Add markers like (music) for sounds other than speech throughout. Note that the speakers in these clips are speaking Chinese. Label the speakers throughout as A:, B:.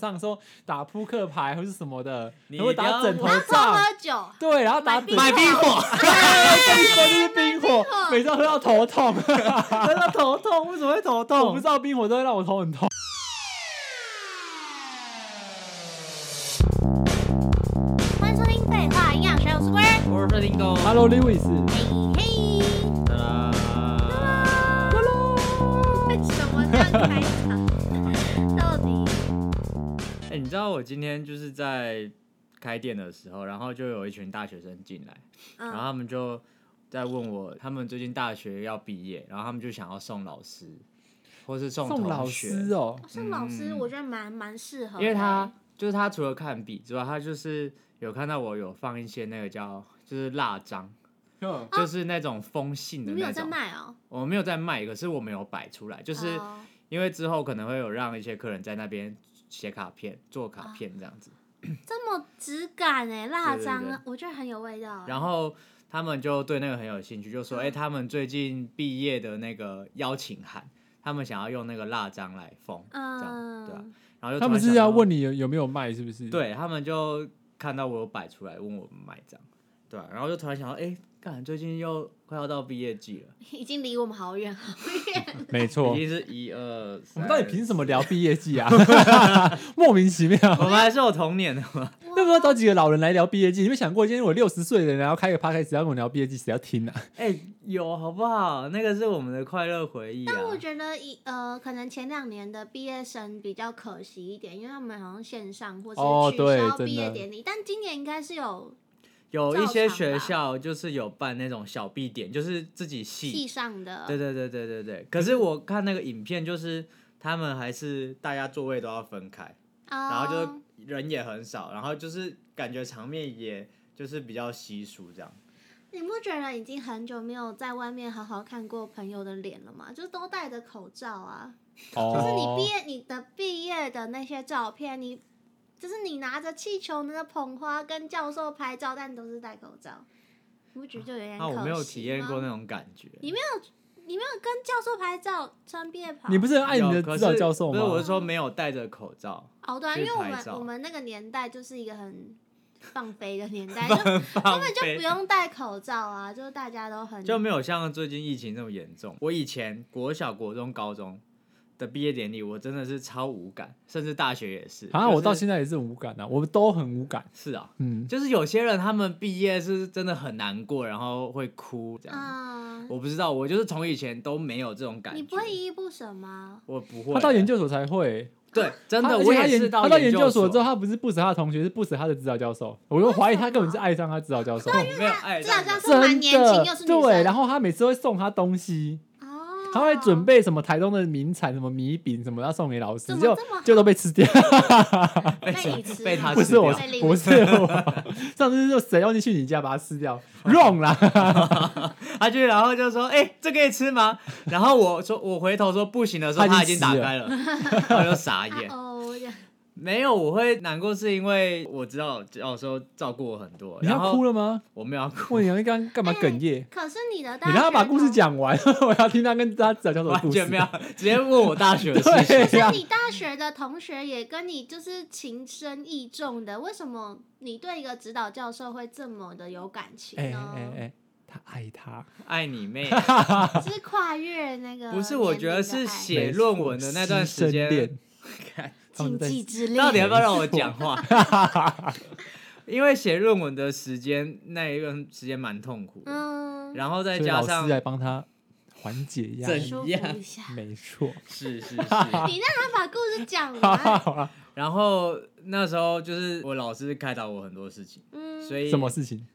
A: 上说打扑克牌或是什么的，
B: 你
A: 然后打枕头
B: 不
C: 然后偷
A: 仗，
C: 喝酒，
A: 对，然后打枕
C: 买冰
A: 头
B: 买冰火，
A: 对，跟你说就是冰火，
C: 火
A: 每次都喝到头
B: (laughs)
A: 痛，
B: 真
A: (laughs)
B: 的头痛，为什么会头
A: 我不知？道冰火都会让我头很痛。
C: (laughs) 欢迎收听《废话营养学》，我是龟儿，
B: 我是丁工。
A: Hello，Lewis，
C: 嘿
B: 哒呃啦
C: 嘿，为什么这样开场？ (laughs) 到底
B: 哎、你知道我今天就是在开店的时候，然后就有一群大学生进来，然后
C: 嗯，
B: 他们就在问我，他们最近大学要毕业，然后他们就想要送老师，或是送
A: 宋老
B: 同学，
A: 师哦，
C: 像老师
B: 嗯
C: 我觉得蛮蛮适合的，欸
B: 因为他就是他除了看笔之外，他就是有看到我有放一些那个叫就是蜡章，就是那种封信
C: 你
B: 的
C: 们
B: 那
C: 有在
B: 种。
C: 卖哦，
B: 我没有在卖，可是我没有摆出来，就是
C: 哦
B: 因为之后可能会有让一些客人在那边写卡片、做卡片这样子。
C: 哦这么质感哎，蜡
B: 对对
C: 张
B: 对
C: 我觉得很有味道哎，
B: 然后他们就对那个很有兴趣，就说：“
C: 嗯
B: 哎、他们最近毕业的那个邀请函，他们想要用那个蜡章来封，这样对啊
C: 嗯，
B: 然后就
A: 他们
B: 突然
A: 是
B: 想
A: 要
B: 到
A: 问你有有没有卖，是不是？，
B: 对他们就看到我有摆出来，问我买这样，对啊、然后就突然想到，哎、干，最近又快要到毕业季了，
C: 已经离我们好远好远，
A: 没错
B: 已。经是一二
A: 我
B: 三，
A: 们到底凭什么聊毕业季
B: (laughs)
A: 啊？莫名其妙。
B: 我们还是有童年的 (laughs) 嘛，
A: 要不要找几个老人来聊毕业季？你们想过，今天我六十岁的人，然后开个 p 开始 c 要跟我聊毕业季，谁要听啊？
B: 哎、有好不好？那个是我们的快乐回忆啊。
C: 我觉得一呃，可能前两年的毕业生比较可惜一点，因为他们好像线上或
A: 哦
C: 是取
A: 对
C: 消
A: 真
C: 毕业
A: 的
C: 典礼，但今年应该是有
B: 有一些
C: 照常
B: 学
C: 吧
B: 校就是有办那种小 B 点，就是自己
C: 系
B: 系，
C: 上的，
B: 嗯对对对对对对。可是我看那个影片，就是他们还是大家座位都要分开，
C: 啊，
B: 然后就是人也很少，然后就是感觉场面也就是比较稀疏这样。
C: 你不觉得已经很久没有在外面好好看过朋友的脸了吗？就是都戴着口罩啊，
B: 哦
C: 就是你毕业你的毕业的那些照片，你就是你拿着气球、拿着捧花跟教授拍照，但都是戴口罩，你不觉得就有点可
B: 那啊
C: 惜
B: 我
C: 吗？
B: 没有体验过那种感觉。
C: 你没有，你没有跟教授拍照穿毕业袍，
A: 你不是很爱你
B: 有
A: 的
B: 可
A: 指
B: 是
A: 导教授
B: 不是，我
A: 吗
B: 是？说没有戴着口罩。
C: 哦，对啊，
B: 去
C: 因为我
B: 拍
C: 们
B: 照
C: 我们那个年代就是一
B: (laughs)
C: 个很放飞的年代，就根
B: 根
C: 本就不用戴口罩啊，就是大家都很
B: 就没有像最近疫情这么严重。我以前国小、国中、高中的毕业典礼，我真的是超无感，甚至大学也是。
A: 啊，
B: 就是
A: 我到现在也是很无感啊，我们都很无感。
B: 是啊，
A: 嗯，
B: 就是有些人他们毕业是真的很难过，然后会哭这样。
C: 啊，
B: 我不知道，我就是从以前都没有这种感觉。
C: 你不会依依不舍吗？
B: 我不会。啊
A: 他到研究所才会，
B: 对，真
A: 他
B: 的，
A: 而且
B: 我
A: 他
B: 也
A: 研
B: 是
A: 他到研究所
B: 所
A: 之后，他不是不死他的同学，是不死他的指导教授。我又怀疑他根本是爱上他指导教授，
C: 啊
B: 我没有哎爱
C: 这好
B: 上的。
C: 像是蛮
A: 真
C: 年轻又
A: 的
C: 是女生，
A: 对。然后他每次会送他东西，
C: 哦，
A: 他会准备什么台东的名产，什么米饼什么要送给老师，
C: 怎么
A: 就
C: 这么好
A: 就都被吃掉。
B: 被
C: 被
B: 谁
C: 你吃
B: 被他
C: 了
A: 不
B: 吃
A: 是我
B: 掉
C: 被利，用
A: 不是我，上次就谁要进去你家把它吃
B: (laughs)
A: 掉，wrong 啦。
B: 他就然后就说：“哎、这可以吃吗？”然后我说：“我回头说不行的时候，
A: 他
B: 他
A: 已
B: 已
A: 经
B: 经
A: 死
B: 打
A: 了
B: 开了，
C: (laughs)
B: 然后就傻
C: 啊
B: 眼。
C: 哦，这样
B: 没有，我会难过是因为我知道教授照顾我很多，
A: 你
B: 然
A: 要
B: 后
A: 哭了吗？
B: (laughs) 我没有要
A: (laughs)
B: 哭，
A: 问你要刚干嘛哽咽？
C: 可是你哎的大
A: 你
C: 学
A: 让他把故事
C: 同，
A: 讲完， (laughs) 我要听他跟他指导教授的
B: 完
A: 故事
B: 全。没有，直接问我大学的事情。
A: 对啊呀
C: 那，你大学的同学也跟你就是情深意重的，为什么你对一个指导教授会这么的有感情
A: 哎
C: 呢？
A: 哎哎，他爱他，
B: 爱哎你妹！
C: 是跨越那个
B: 哎不是，我觉得
C: 年龄
B: 是
C: 的爱
B: 写论文的那段时
A: 没错师生
B: 间，
A: 恋他们
C: 禁
A: 在
C: 忌之恋，
B: 到底要不要让我讲
A: (laughs)
B: 话？因为写论文的时间那一段时间蛮痛苦的，
C: 嗯，
B: 然后再
A: 所以
B: 加
A: 老
B: 上
A: 师来帮他缓解压
B: 怎
A: 力。
C: 舒服
B: 样
C: 一下。
A: 没错，
B: 是是是，
C: (laughs) 你让他把故事讲
A: (laughs) 好啦
C: 完，
A: 好啦，
B: 然后那时候就是我老师开导我很多事情，
C: 嗯，
B: 所以
A: 什么事情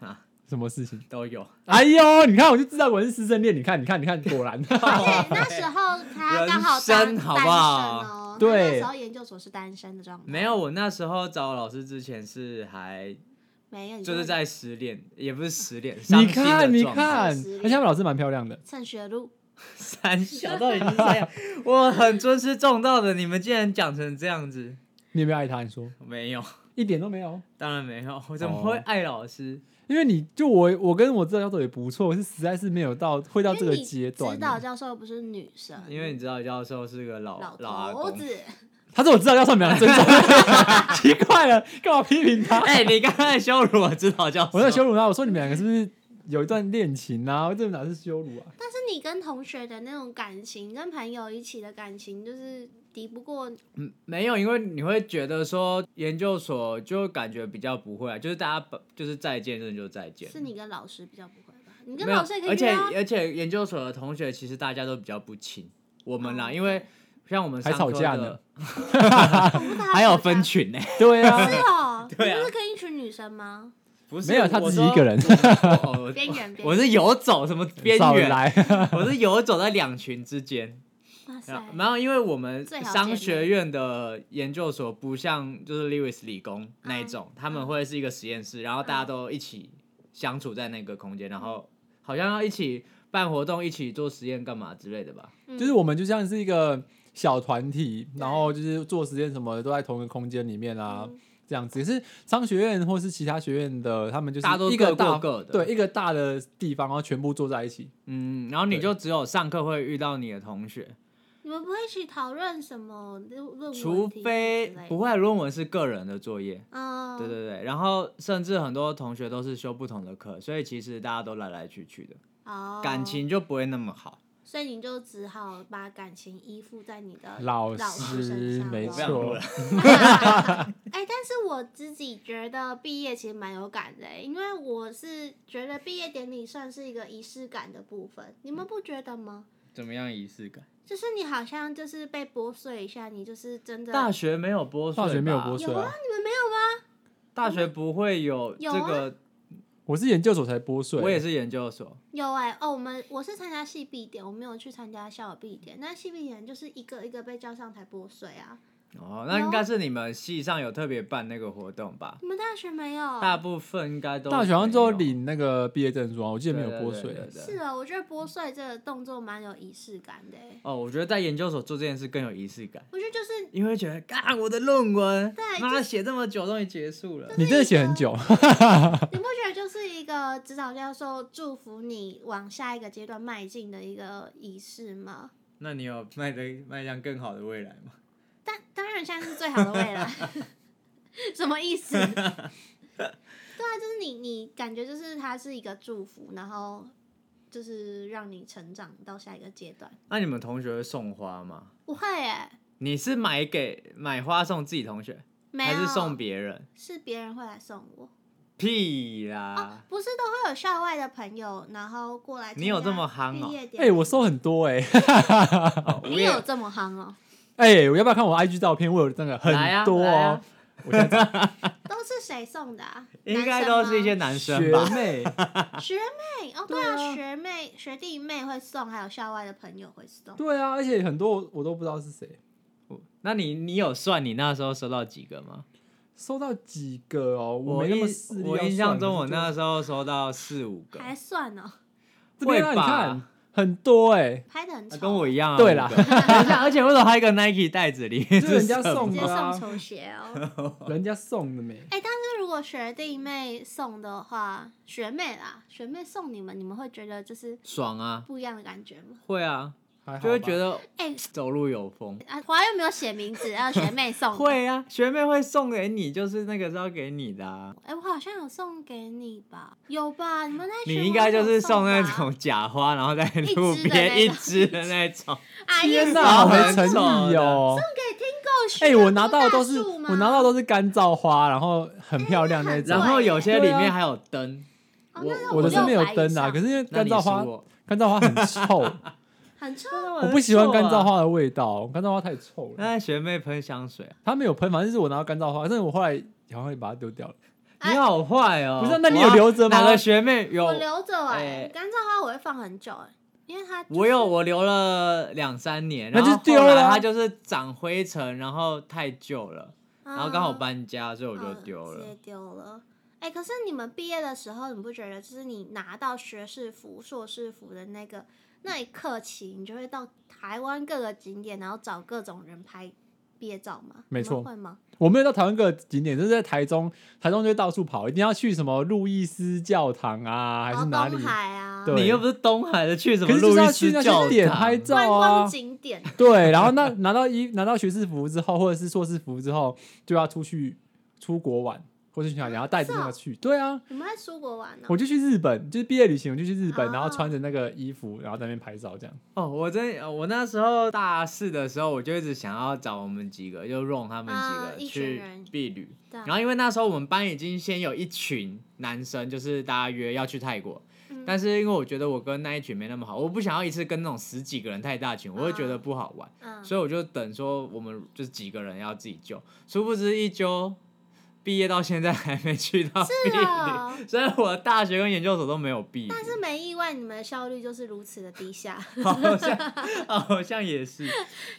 B: 啊
A: 什么事情？
B: 都有。
A: 哎呦，你看我就知道我是师生恋，你看你看你看，果
B: (laughs)
A: 然。
C: 而且那时候他刚好单
B: 人生好
C: 单身
B: 不好
C: 哦，他
A: 对
C: 那时候研究所是单身的状态，
B: 没有，我那时候找老师之前是还
C: 没有，你
B: 就是在失恋，也不是失恋，
A: 你
B: 伤心的
A: 看，你
B: 状态
A: 看，
C: 失
A: 而
C: 恋
A: 且他们老师蛮漂亮的，
C: 趁学路，
B: 三小到底是这样，我很尊师重道的，你们竟然讲成这样子，
A: 你有没有爱他？你说
B: 没有，
A: 一点都没有，
B: 当然没有，我怎么
A: 哦
B: 会爱老师？
A: 因为你就我，我跟我指导教授也不错，是实在是没有到会到这
C: 因
A: 个
C: 为你
A: 阶
C: 指导
A: 段。
C: 教授不是女生，
B: 因为你知道教授是个老
C: 老
B: 阿
C: 头
B: 公，
C: 子，
A: 他说我知道要算我们俩尊重， (laughs) 奇怪了，干嘛批评他？
B: 哎、你刚才羞辱我指导教授，
A: 我在羞辱他，我说你们两个是不是有一段恋情啊？这哪是羞
B: (laughs)
A: 辱啊？
C: 但是你跟同学的那种感情，跟朋友一起的感情，就是敌不过
B: 嗯，没有，因为你会觉得说研究所就感觉比较不会啊，就是大家本就是再见真的就再见。
C: 是你跟老师比较不会吧？你跟
B: 没有
C: 老师也，可
B: 而
C: 以
B: 且
C: 约啊。
B: 而且研究所的同学其实大家都比较不亲，我们啦，
C: 哦
B: 因为像我们
A: 还
B: 上
A: 吵
B: 课
A: 架
B: 的
A: 呢，
C: 恐怖大家
B: 还有
C: 吵架
B: 分群呢、
A: 对啊
C: 是，哦，你不
B: (laughs) 对啊
C: 是跟一群女
B: (laughs)
C: 生吗？
B: 不是
A: 没有他自己一个人，
B: 人
C: 边缘边
B: 哦我是游走什么边
A: 少
B: 缘，
A: 来，
B: 我是游走在两群之
C: (laughs)
B: 间。
C: 哇塞，
B: 然后，因为我们
C: 最好
B: 商
C: 见
B: 学
C: 面
B: 院的研究所不像就是 Lewis 理工那一种，他们会是一个实验室，然后大家
C: 嗯
B: 都一起相处在那个空间，然后好像要一起办活动、一起做实验干嘛之类的吧。
C: 嗯
A: 就是我们就像是一个小团体，
C: 对
A: 然后就是做实验什么的都在同一个空间里面啊，
C: 嗯
A: 这样子。可是商学院或是其他学院的，他们就是
B: 大家都
A: 一个
B: 各过
A: 大
B: 各的
A: 对一个大的地方，然后全部坐在一起。
B: 嗯，然后你
A: 对
B: 就只有上课会遇到你的同学，
C: 你们不会一起讨论什么论论
B: 除
C: 文题目之
B: 非
C: 类的
B: 不会论文是个人的作业。
C: 嗯，
B: 对对对，然后甚至很多同学都是修不同的课，所以其实大家都来来去去的，
C: 哦，
B: 感，情就不会那么好。
C: 所以你就只好把感情依附在你的
A: 老
C: 师身
A: 师
C: 上，
A: 没
C: 咯
B: 不要录
A: 错 (laughs)
B: 了，
C: 哎、但是我自己觉得毕业其实蛮有感的、欸因为我是觉得毕业典礼算是一个仪式感的部分，你
B: 嗯
C: 们不觉得吗？
B: 怎么样仪式感？
C: 就是你好像就是被剥碎一下，你就是真的
B: 大学没有剥削，
A: 大学没有剥
B: 削，
A: 削
C: 有
A: 啊
C: 啊，你们没有吗？
B: 大学不会有这
C: 有啊
B: 个。
A: 我是研究所才剥削。
B: 我也是研究所，
C: 有哎、哦，我们我是参加系必点，我没有去参加校友必点。那系必点就是一个一个被叫上台剥碎啊，
B: 哦，那
C: 有
B: 应该是你们系上有特别办那个活动吧？
C: 你们大学没有？
B: 大部分应该都
A: 大学好像只有
B: 没有
A: 领那个毕业证书啊，我记得没有
B: 对对
A: 剥
B: 对
A: 削
B: 对
A: 的。
B: 对
C: 是啊，我觉得剥碎这个动作蛮有仪式感的、欸。
B: 哦，我觉得在研究所做这件事更有仪式感，
C: 我觉得就是
B: 因为会觉得，干我的论文，
C: 对
B: 妈写这么久终于结束了，
A: 你真的写很久，
C: 你不觉得就是一个指导教授祝福你往下一个阶段迈进的一个仪式吗？
B: 那你有迈的迈向更好的未来吗？
C: 但当然，现在是最好的未来， (laughs) 什么意思？对 (laughs) 啊，就是你你感觉就是它是一个祝福，然后就是让你成长到下一个阶段。
B: 那你们同学会送花吗？
C: 不会耶，
B: 你是买给买花送自己同学，
C: 没
B: 还
C: 有，
B: 是送别人？
C: 是别人会来送我，哦
B: 屁啦！
C: 不是都会有校外的朋友，然后过来参加
B: 啊你有这么夯哦
C: 毕业典
A: 哎、
C: 礼
A: 我收很多哎、
B: 哦我
C: 你
B: 也
C: 有这么夯哦？
A: 哎、我要不要看我 IG 照片？我有那个很
B: 来啊
A: 多
B: 来
A: 哦
B: 啊，
C: 都是谁送的啊？
B: (laughs) 应
C: 男
B: 该
C: 生
B: 都
C: 吗
B: 是一些男生
A: 学
B: (laughs) 吧？
A: 妹，
C: 学妹哦，对啊，学妹、学弟妹会送，还有校外的朋友会送。
A: 对啊，而且很多我我都不知道是谁，
B: 那你你有算你那时候收到几个吗？
A: 收到几个哦，
B: 我
A: 没那么
B: 印
A: 势力要
B: 我
A: 算。
B: 印象中我
A: 可
B: 那
A: 是
B: 时候收到四五个，
C: 还算哦，
A: 就这边啊，
B: 会
A: 你看
B: 吧？
A: 很多哎、
C: 拍的很
B: 啊
C: 丑，
B: 跟我一样啊。
A: 对啦
B: 五个 (laughs) 等一下，而且为什么还有一个 Nike 袋子里面
A: 就是人家
B: 什么
A: 送
C: 直接
A: 的啊
C: 送球鞋哦。
A: 人家送的没？
C: 哎、但是如果学弟妹送的话，学妹啦，学妹送你们，你们会觉得就是
B: (laughs) 爽啊？
C: 不一样的感觉吗？
B: 会啊，
A: 还好吧
B: 就会觉得
C: 哎、
B: 走路有风。
C: 啊，华又没有写名字， (laughs) 要学妹送。。
B: 会啊，学妹会送给你，就是那个时候给你的啊。
C: 哎、我好像有送给你吧？有吧？你们那群
B: 你应该就是送那
C: 我有吧
B: 种假花，然后在路
C: 一支的
B: 边一
C: 那种
B: 支的那种。
A: (laughs)
C: 哎呀，
A: 天
B: 哪
A: 好
B: 我
A: 没
B: 很
A: 诚
B: 丑
A: 意
B: 的
A: 哦！
C: 够学
A: 哎、我拿到的都
C: 大
A: 是
C: 树吗
A: 我拿到的都是干燥花，然后很漂亮那
C: 对
A: 种
B: 然。后有些里面还有灯，
C: 哦
B: 我
C: 那种
A: 我的是没有
C: 500以
A: 灯啊，
C: 上
A: 可是因为
B: 那
A: 干
B: 你
A: 燥花
B: 输，我
A: 干燥花很
B: (laughs)
A: 臭，
C: 很臭。
A: 我不喜欢干
B: 啊
A: 燥。花的味道，干燥花太臭了。
B: 那学妹喷香水啊，
A: 他没有喷，反正是我拿到干燥花，但是我后来好像也把它丢掉了。
C: 哎
B: 你好坏哦！
A: 不是那你有留着吗
B: 哇哪个学妹有
C: 我？留着哎、
B: 哎
C: 干燥花我会放很久哎、因为它、
B: 我有，我留了两三年，
A: 那
B: 然
A: 就
B: 后
A: 丢了啊
B: 后来它就是长灰尘，然后太旧了，
C: 嗯，
B: 然后
A: 啊
B: 刚好搬家，所以我
C: 嗯，
B: 就丢
C: 直接
B: 了。
C: 丢了。哎、可是你们毕业的时候，你不觉得就是你拿到学士服、硕士服的那个那一刻起，你就会到台湾各个景点，然后找各种人拍毕业照吗？
A: 没
C: 你们
A: 错
C: 会吗？
A: 我没有到台湾各个景点，就是在台中，台中就会到处跑，一定要去什么路易斯教堂啊，还
C: 然
A: 是
C: 后
A: 哪里
C: 东？海啊，
A: 对
B: 你又不是东海的，去什
A: 可
B: 么
A: 是就
B: 路
A: 是
B: 易
A: 要去
B: 斯
A: 那
B: 教
A: 些点
B: 堂
A: 拍照
C: 观
A: 啊
C: 光，景点，
A: 对，啊然后那拿到一拿到学士服之后，或者是硕士服之后，就要出去出国玩，或是去哪里，然后带着那个去。对啊，
C: 你们在出国玩呢、
A: (laughs) 我就去日本，就是毕业旅行，我就去日本，
C: 哦
A: 然后穿着那个衣服，然后在那边拍照这样。
B: 哦，我真我那时候大四的时候，我就一直想要找我们几个，就 Ron 他们
C: 啊
B: 几
C: 一
B: 个
C: 群
B: 去
C: 人
B: 避旅。
C: 对啊
B: 然后因为那时候我们班已经先有一群男生，就是大家约要去泰国，
C: 嗯
B: 但是因为我觉得我跟那一群没那么好，我不想要一次跟那种十几个人太大群，我会觉得不好玩，
C: 嗯，
B: 所以我就等说我们就是几个人要自己揪，殊不知一揪，毕业到现在还没去到避
C: 是
B: 旅，
C: 啊，
B: 所以我大学跟研究所都没有毕业。
C: 但是没意外，你们的效率就是如此的低下。
B: 好像好像也是，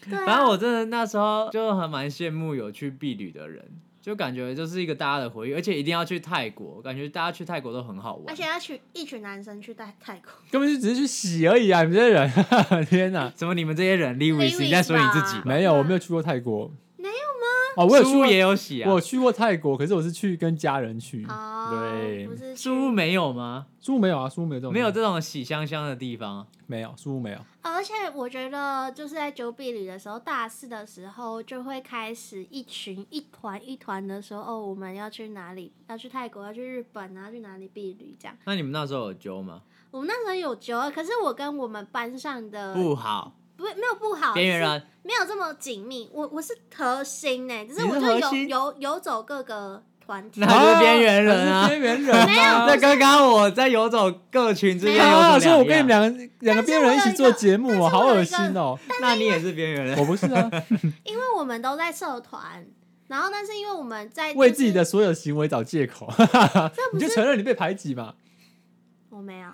C: 对啊
B: 反正我真的那时候就还蛮羡慕有去避旅的人，就感觉就是一个大家的回忆，而且一定要去泰国，感觉大家去泰国都很好玩
C: 而且。要去一群男生去泰泰国，
A: 根本就只是去洗而已啊！你们这些人， (laughs) 天哪！
B: 怎么你们这些人 l e w i
C: Lewis
B: 你在说你自己
C: 吧
B: 吧？
A: 没有，我没有去过泰国。
C: 没有
A: 吗？哦，我有去
B: 书
A: 过，
B: 也有洗啊
A: 我，有去过泰国，可是我是去跟家人去。
C: 哦，
A: 嗯对
C: 不，是去
B: 书屋没有吗？
A: 苏没有啊，苏没有这种，
B: 没有这种洗香香的地方。啊
A: 没有苏没有。
C: 哦而且我觉得就是在九比里的时候，大四的时候就会开始一群一团一团的说，哦，我们要去哪里？要去泰国，要去日本啊，要去哪里避旅这样。
B: 那你们那时候有揪吗？
C: 我们那时候有九二，可是我跟我们班上的
B: 不好，
C: 不没有不好，
B: 边缘
C: 就是
B: 人
C: 没有这么紧密。我我是核心呢、只是
B: 你是
C: 我就
B: 核
C: 有
B: 心
C: 游游走各个团体
B: 那。就是边缘人啊
A: 那是边缘人啊。
B: (laughs)
C: 没有
B: 那刚刚我在游走各群之间
C: 没有
B: 有
A: 啊！
B: 什
A: 说
B: 么
A: 我跟你
B: 两
A: 们两
B: 样？
A: 个两个边缘人一起做节目哦，好恶心哦！
B: 那你也是边缘人，
A: 我不是
C: (laughs)
A: 啊，
C: 哎因为我们都在社团，然后但是因为我们在、
A: 为自己
C: 就是
A: 的所有行为找借口， (laughs) 你就承认你被排挤
B: (laughs)
A: 嘛？
C: 我没有，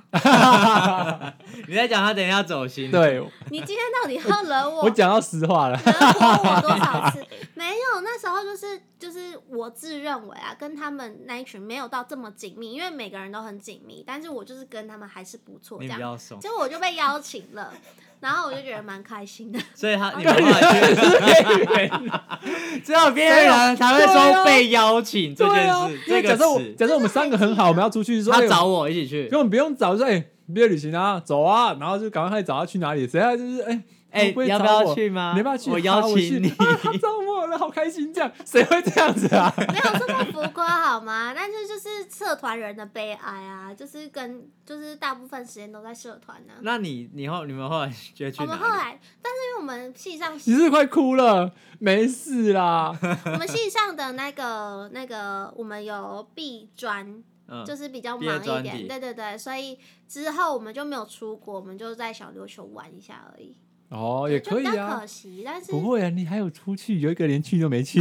B: 你在讲他等一下走心。
A: 对，
C: 你今天到底要
B: (laughs)
C: 惹我？
A: 我讲到实话了。
C: 折磨我多少次？没有，那时候就是就是我自认为啊，跟他们那一群没有到这么紧密，因为每个人都很紧密，但是我就是跟他们还是不错这
B: 你比
C: 样。
B: 较怂，
C: 结果我就被邀请了，
B: (laughs)
C: 然后我就觉得蛮开心的。
B: 所以他你们后来去，只有边缘人才会
A: 对
B: 说
A: 啊
B: 被邀请这
A: (laughs) 对
B: 件
A: 啊
B: 事，，
A: 因为
B: 这
A: 假
B: 个
A: 设我
B: 词。
A: 假设我们三个很好，我们要出去说，
B: 他
A: 哎
B: 找我一起
A: (laughs)
B: 去，
A: 根本不用找，说哎，毕业旅行啊，走啊，然后就赶快找他去哪里，谁啊，就是哎。
B: 哎
A: 会，会
B: 要不
A: 找
B: 要
A: 我
B: 去吗？
A: 没办法去，
B: 我
A: 好
B: 邀
A: 我去
B: 请你。
A: (laughs) 啊！他找我了，好开心！这样谁会这样子啊？
C: 没有这么浮夸好吗？但是就是社团人的悲哀啊，就是跟就是大部分时间都在社团呢、
B: (laughs) 那你你后你们后来觉得去
C: 我们后
B: 哪里？
C: 来，但是因为我们系上
A: 你是不是快哭了？没事啦，
C: 我们系上的那个那个，我们有必专，
B: 嗯，
C: 就是比较
B: 毕业
C: 忙一
B: 专
C: 点，
B: 题
C: 对对对，所以之后我们就没有出国，我们就在小琉球玩一下而已，
A: 哦，
C: (laughs) 对
A: 也
C: 就
A: 可以
C: 比较
A: 啊
C: 可，惜，但是
A: 不会啊，你还有出去，有一个连去都没
C: (laughs)
A: 去，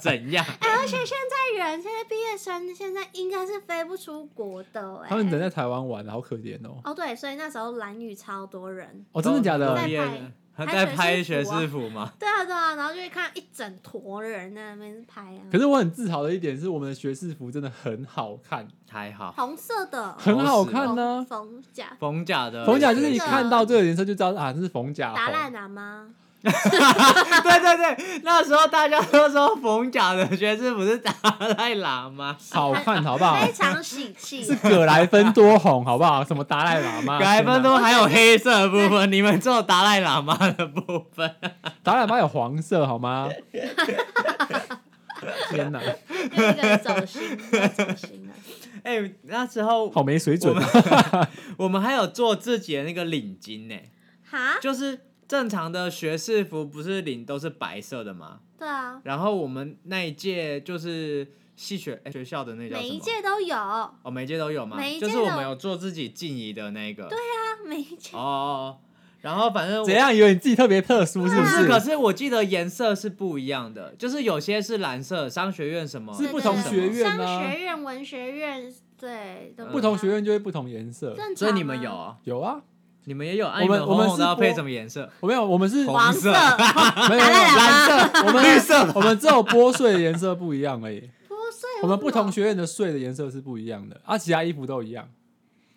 B: 怎样？
C: 哎、而且现在人现在毕业生现在应该是飞不出国的、哎，
A: 他们人在台湾玩，好可怜哦。
C: 哦对，所以那时候蓝屿超多人，
A: 哦，真的假
B: 都
A: 的
B: 毕？业
C: 在
B: 了
C: 拍
B: 还在
C: 拍
B: 拍学
C: 学士服啊
B: 士服吗？
C: 对啊对啊，然后就会看到一整坨人在那边拍啊
A: 可，是我很自豪的一点是，我们的学士服真的很好看，
B: 还好，
C: 红色
A: (laughs)
C: 的
A: 很啊好
B: 好啊
A: 看呢、
C: 冯甲
B: 冯甲的
A: 冯甲就是你
C: 真的
A: 看到这个颜色就知道啊，这是冯甲
C: 达赖
A: 红。
C: 喇嘛，
B: (laughs) 对对对，那时候大家都说冯甲的学士服是达赖喇嘛，
A: 好
C: (laughs)
A: 看，好不好？
C: 啊非常喜
A: (laughs)
C: 气，
A: 是葛莱芬多红，好不好？什么达赖喇嘛？
B: (laughs) 格莱芬
A: 天
B: 多还有黑色的部分，你们只有达赖喇嘛的部分。 (laughs)
A: 哪，达赖喇嘛有黄色，好吗？天哪，
C: 又一个走心，又一个走心了。
B: 哎、那时候
A: 好没水准啊！
B: 我们还 (laughs) 有做自己的那个领巾呢、
C: 哈，
B: 就是正常的学士服不是领都是白色的吗？
A: (laughs)
C: 对啊，
B: 然后我们那一届就是系学、哎学校的那叫什么？
C: 每一届都有，啊，
B: 哦，每一届都有吗？
C: 每一
B: 就
C: 届都
B: 是
C: 有
B: 我们有做自己静怡的那个。对啊。
C: 每一届
B: 哦哦哦，然后反正我
A: 怎样？以为你自己特别特殊，是
B: 不
A: 不
B: 是，可
A: 是？
B: 是我记得颜色是不一样的，就是有些是蓝色，商学院什么
A: 是不
C: 对对
A: 同
C: 对
A: 学院啊
C: 商学院、文学院，对，都
A: 不同学
C: 院
A: 院就会不同颜色。
C: 正常啊。
B: 所以你们有啊，
A: 有啊，
B: 你们也有啊？
A: 我们
B: 你
A: 我们
B: 红红的
A: 是
B: 要配
A: 播
B: 什么颜色？
A: 我没有，我们是
B: 红
C: 黄
B: 色
C: 色、
B: (laughs)
C: 红
A: 没有没有
C: 蓝
B: 蓝色、
A: 我们
B: 绿色。
A: 我们只有拨穗的颜色不一样而已。
C: 不是
A: 我们不同学院的穗的颜色是不一样的，啊，其他衣服都一样。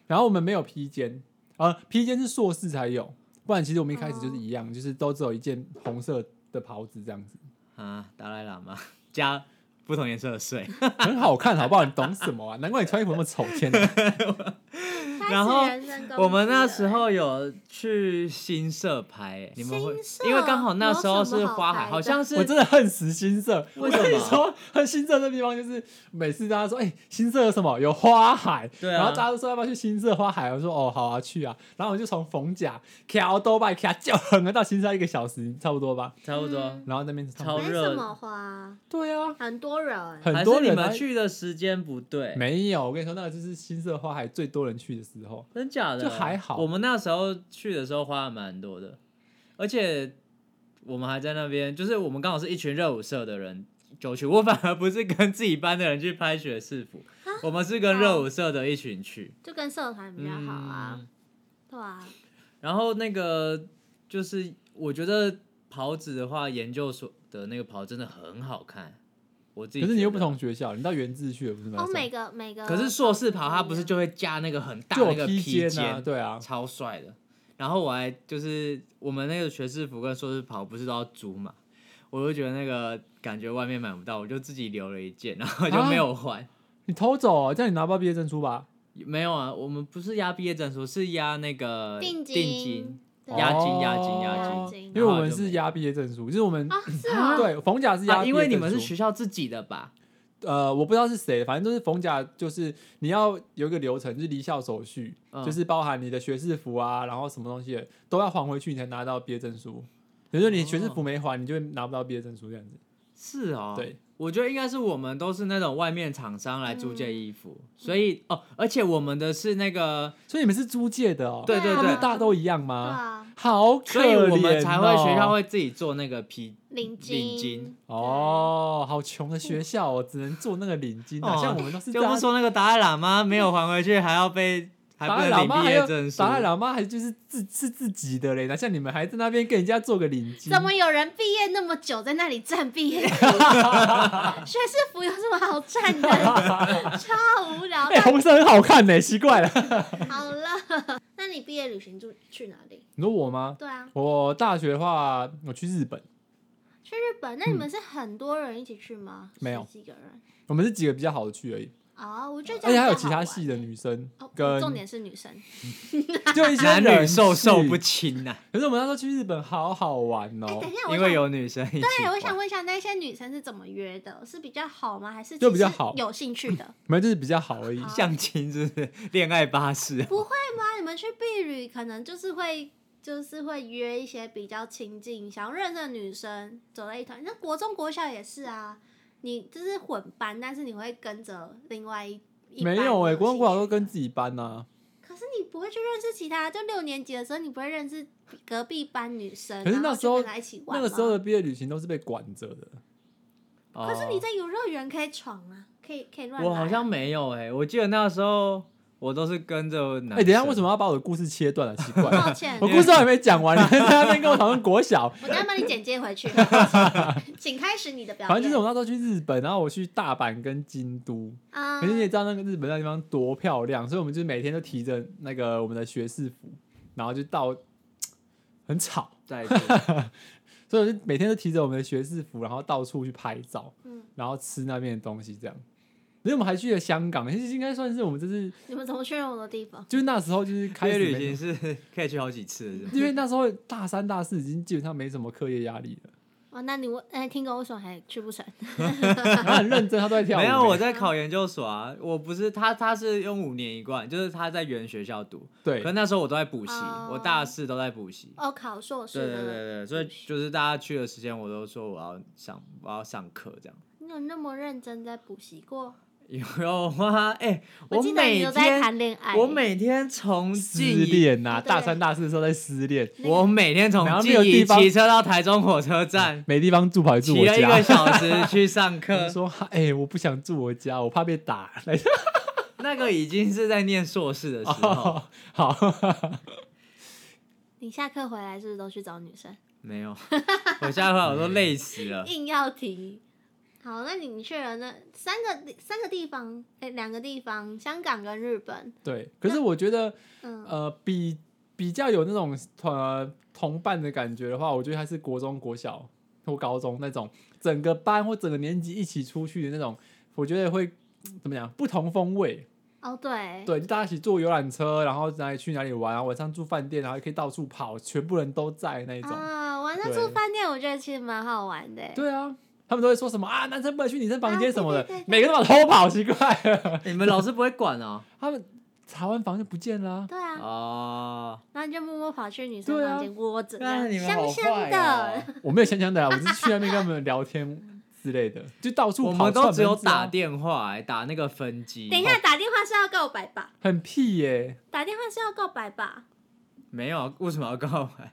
A: 然后我们没有披肩，呃，披肩是硕士才有，不然其实我们一开始就是一样，就是都只有一件红色的袍子这样子。
B: 啊，达赖喇嘛， (laughs) 加不同颜色的水。
A: 很好看，好不好？你懂什么啊？难怪你穿衣服那么丑，天哪！
B: 然后
C: 开始人身攻击了
B: 我们那时候有去新社拍、欸，你们会
C: 新社
B: 因为刚好那时候
C: 有
B: 是
C: 什么好
B: 花
C: 拍
B: 海，
C: 的
B: 好像是
A: 我真的恨死新社。
B: 为什么
A: 我跟你说，恨新社这地方就是每次大家说，哎、新社有什么？有花海。
B: 对啊
A: 然后大家都说要不要去新社花海？我说哦，好啊，去啊。然后我就从逢甲开多拜开就横了到新社一个小时，差不多吧。
B: 差不多。
C: 嗯
A: 然后那边唱
B: 超
A: 歌
C: 没
B: 热
C: 什么花，
A: 对啊，
C: 很多人。
A: 很
B: 还
A: 多
B: 是
A: 人
B: 你
A: 来
B: 们去的时间不对，
A: 没有，我跟你说，那个就是新社花海最多人去的时候。
B: 真假的？
A: 就还好
B: 我们那时候去的时候花了蛮多的，而且我们还在那边，就是我们刚好是一群热舞社的人就去，我反而不是跟自己班的人去拍学士服，我们是跟热舞社的一群去，
C: 就跟社团啊比较好啊，
B: 嗯
C: 对啊，
B: 然后那个就是我觉得袍子的话，研究所的那个袍真的很好看，我自己
A: 可是你又
B: 觉
A: 不
B: 得。
A: 同学校，你到原治去了不是吗？
C: 哦，每个每个，
B: 啊可是硕士袍啊它不是就会加那个很大
A: 就
B: 那
A: 有
B: 个
A: 披
B: 披
A: 肩啊，
B: 肩，
A: 对啊，
B: 超帅的。然后我还就是我们那个学士服跟硕士袍不是都要租嘛，我就觉得那个感觉外面买不到，我就自己留了一件，然后就
A: 啊
B: 没有还。
A: 你偷走、哦，这样你拿不到毕业证书吧？
B: 没有啊，我们不是压毕业证书，是压那个
C: 定
B: 金。
C: 金对啊
B: 押金
A: 哦
B: 押金押
C: 金
A: 因为我们是押毕业证书，就是我们
C: 啊，是
A: (laughs)
C: 啊，
A: 对逢甲是押
B: 啊，
A: 毕业证书，
B: 因为你们是学校自己的吧？
A: 呃，我不知道是谁，反正就是逢甲，就是你要有一个流程，就是离校手续，
B: 嗯
A: 就是包含你的学士服啊，然后什么东西的都要还回去，你才拿到毕业证书。比如说你学士服没还，你就会拿不到毕业证书这样子。
B: 是哦，
A: 对，
B: 我觉得应该是我们都是那种外面厂商来租
A: 嗯
B: 借衣服，所以哦，而且我们的是那个，
A: 所以你们是租借的哦，
B: 对
C: 对
A: 那不
C: 对
A: 是大家都一样
C: 对
A: 吗？
C: 啊，
A: 好可
B: 所
A: 怜、
B: 以
A: 哦，
B: 我们才会学校会自己做那个皮
C: 领
B: 领
C: 巾
B: 巾，
A: 哦，好穷的学校哦，只能做那个领巾啊，
B: 哦
A: 像我们都是
B: 就不
A: 大
B: 是
A: 家
B: 说那个达赖喇嘛没有还回去，还要被还
A: 达
B: 不
A: 赖
B: 能
A: 喇
B: 领
A: 嘛
B: 毕
A: 还
B: 业
A: 有
B: 证书。
A: 达赖喇嘛还就是自是自己的嘞，哪像你们还在那边跟人家做个领巾，
C: 怎么有人毕业那么久在那里站毕业服？ (laughs) 学士服有什么好站的？ (laughs) 超无聊
A: 哎、。红色很好看呢，奇怪了。
C: (laughs) 好了，那你毕业旅行就去哪里？
A: 你说我吗？
C: 对啊，
A: 我大学的话，我去日本，
C: 去日本。那你们是很多人一起去吗？
A: 没有
C: 十几个人。
A: 我们是几个比较好的去而已，
C: 哦，我觉得这
A: 而且
C: 样
A: 还有
C: 比较
A: 其
C: 好
A: 他
C: 玩
A: 系的女生
C: 哦，
A: 跟
C: 重点是女生。
A: 就一些
B: 男
A: 人
B: 女授受
A: 去
B: 不。亲呐、
A: 可是我们那时候去日本好好玩哦、
C: 哎，等一下，我
B: 因为
C: 想。
B: 有女生一起。
C: 对，我想，问一下，那些女生是怎么约的？是比较好吗？还是
A: 就
C: 只
A: 比较
C: 是
A: 好
C: 有兴趣的？
A: 没有就是比较好而已。
C: 啊
B: (laughs) 相亲是不是恋爱巴士？
C: 不会吗？你们去避旅可能就是会，就是会约一些比较亲近、想要认识的女生走在一团。那国中、国小也是啊，你就是混班，但是你会跟着另外一一班
A: 没有哎、
C: 哎、
A: 国中国小都跟
C: 兴趣
A: 自己班啊呐、
C: 的。可是你不会去认识其他，就六年级的时候，你不会认识隔壁班女生，
A: 可是
C: 然后
A: 那
C: 就
A: 时候
C: 跟她一起玩
A: 那
C: 吗。嗯
A: 个时候的毕业旅行都是被管着的，
B: 可
C: 可是你在游乐园可以闯啊，可以可以
A: 哦
C: 乱来啊。
B: (laughs) 我好
A: (laughs)
B: 像没有哎、我记得那时候我都是跟着男。
A: 哎、等一下为什？么要把我的故事切断了？啊奇怪，
C: 抱歉，啊
A: 我故事还没讲完，你还在那边跟我讨论国
C: (laughs)
A: 小。
C: 我等下帮你剪接回
A: (laughs)
C: 去，请开始你的表演。
A: 反正就是我那时候去日本，然后我去大阪跟京都，
C: 啊，
A: 可是你也知道那个日本那地方多漂亮，所以我们就每天都提着那个我们的学士服，然后就到很吵，
B: 再
A: (laughs)
B: 见
A: 所以我就每天都提着我们的学士服，然后到处去拍照，
C: 嗯
A: 然后吃那边的东西这样。因为我们还去了香港，其实应该算是我们这是
C: 你们怎么确认我的地方？
A: 就是那时候就是
B: 毕
A: 开
B: 业
A: 始
B: 旅
A: 没
B: 行是可以去好几次的是吗，
A: (laughs) 因为那时候大三大四已经基本上没什么课业压力了， (laughs)
C: 哦，那你问，哎、听狗为什么还
B: (laughs)
C: 去不成？
A: 然后很认真，他都在跳舞。
B: 没有我在考研究所啊，我不是他，他是用五年一贯，就是他在原学校读，
A: 对
B: 可，那时候我都在补习，
C: 哦
B: 我大四都在补习。
C: 哦，考硕士
B: 对对
C: 的，
B: 对对，所以就是大家去的时间，我都说我要上我要上课这样。
C: 你有那么认真在补习过？
B: 有吗？哎、
C: 我记得你
B: 每
C: 有在
B: 天
C: 谈恋爱，
B: 我每天从
A: 失
B: 静宜，
A: 恋呐、啊
C: 对
A: 大三大四的时候在失恋，
C: 那个
B: 我每天从
A: 然后没有
B: 静
A: 地
B: 宜
A: 方
B: 骑车到台中火车站，
A: 没地方住，跑去住
B: 骑
A: 我
B: 了一个
A: 家。
B: 小时去上课
A: (laughs) 我。说：“哎、我不想住我家，我怕被打。” (laughs)
B: 那个已经是在念硕士的时候，
A: 哦，好， (laughs)
C: 你下课回来是不是都去找女生？
B: 没有。我下回我都累死了。
C: 硬要提。好，那你去了那三个地三个地方，哎、两个地方，香港跟日本，
A: 对。可是我觉得，
C: 嗯，
A: 呃，比比较有那种呃同伴的感觉的话，我觉得还是国中、国小。或高中那种，整个班或整个年级一起出去的那种，我觉得会嗯怎么讲不同风味。
C: 哦，对，
A: 对，就大家一起坐游览车，然后哪里去哪里玩，然后晚上住饭店，然后也可以到处跑，全部人都在那一种。
C: 啊，晚上
A: 对
C: 住饭店，我觉得其实蛮好玩的。
A: 对啊，他们都会说什么啊，男生不能去女生房间什么的，
C: 啊对对对对
A: 每个都往偷跑，奇怪 (laughs) 了。
B: (laughs) 你们老师不会管哦。
A: 他们查完房就不见了啊、
C: 对啊，
B: 哦，
C: 然后你就默默跑去女生
A: 对啊
C: 房间窝着，这
B: 那
C: 样
B: 你们好
C: 香香
B: 坏
C: 的
B: 哦。。
A: 我没有想想的啊，我只是去那边跟他们聊天之类的，就到处跑。
B: 我们都只有
A: 串门子啊
B: 打电话、欸，打那个分机。
C: (laughs)
B: 哦
C: 等一下打电话是要告白吧？
A: 很屁耶、
C: 打电话是要告白吧？
B: 没有啊，为什么要告白？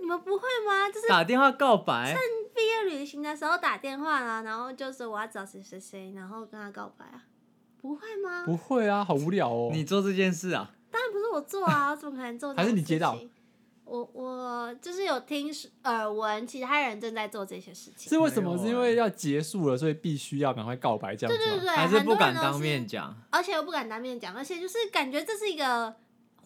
C: 你们不会吗？就是
B: 打电话告白，
C: 毕业旅行的时候打电话啦，然后就是我要找谁谁谁，然后跟他告白啊，不会吗？
A: 不会啊，好无聊哦。
B: 你做这件事啊？
C: 当然不是我做啊，我怎么可能做这种
A: 还是你
C: 事
A: 接到
C: 情？我我就是有听说耳闻其他人正在做这些事情，
A: 是为什么？
B: 没
A: 是
B: 有欸
A: 因为要结束了，所以必须要赶快告白这样
C: 对
A: 子吗？
C: 对对，
B: 还
C: 很
B: 不
C: 多
B: 敢
C: 人都
B: 当
C: 是
B: 面讲？
C: 而且又不敢当面讲，而且就是感觉这是一个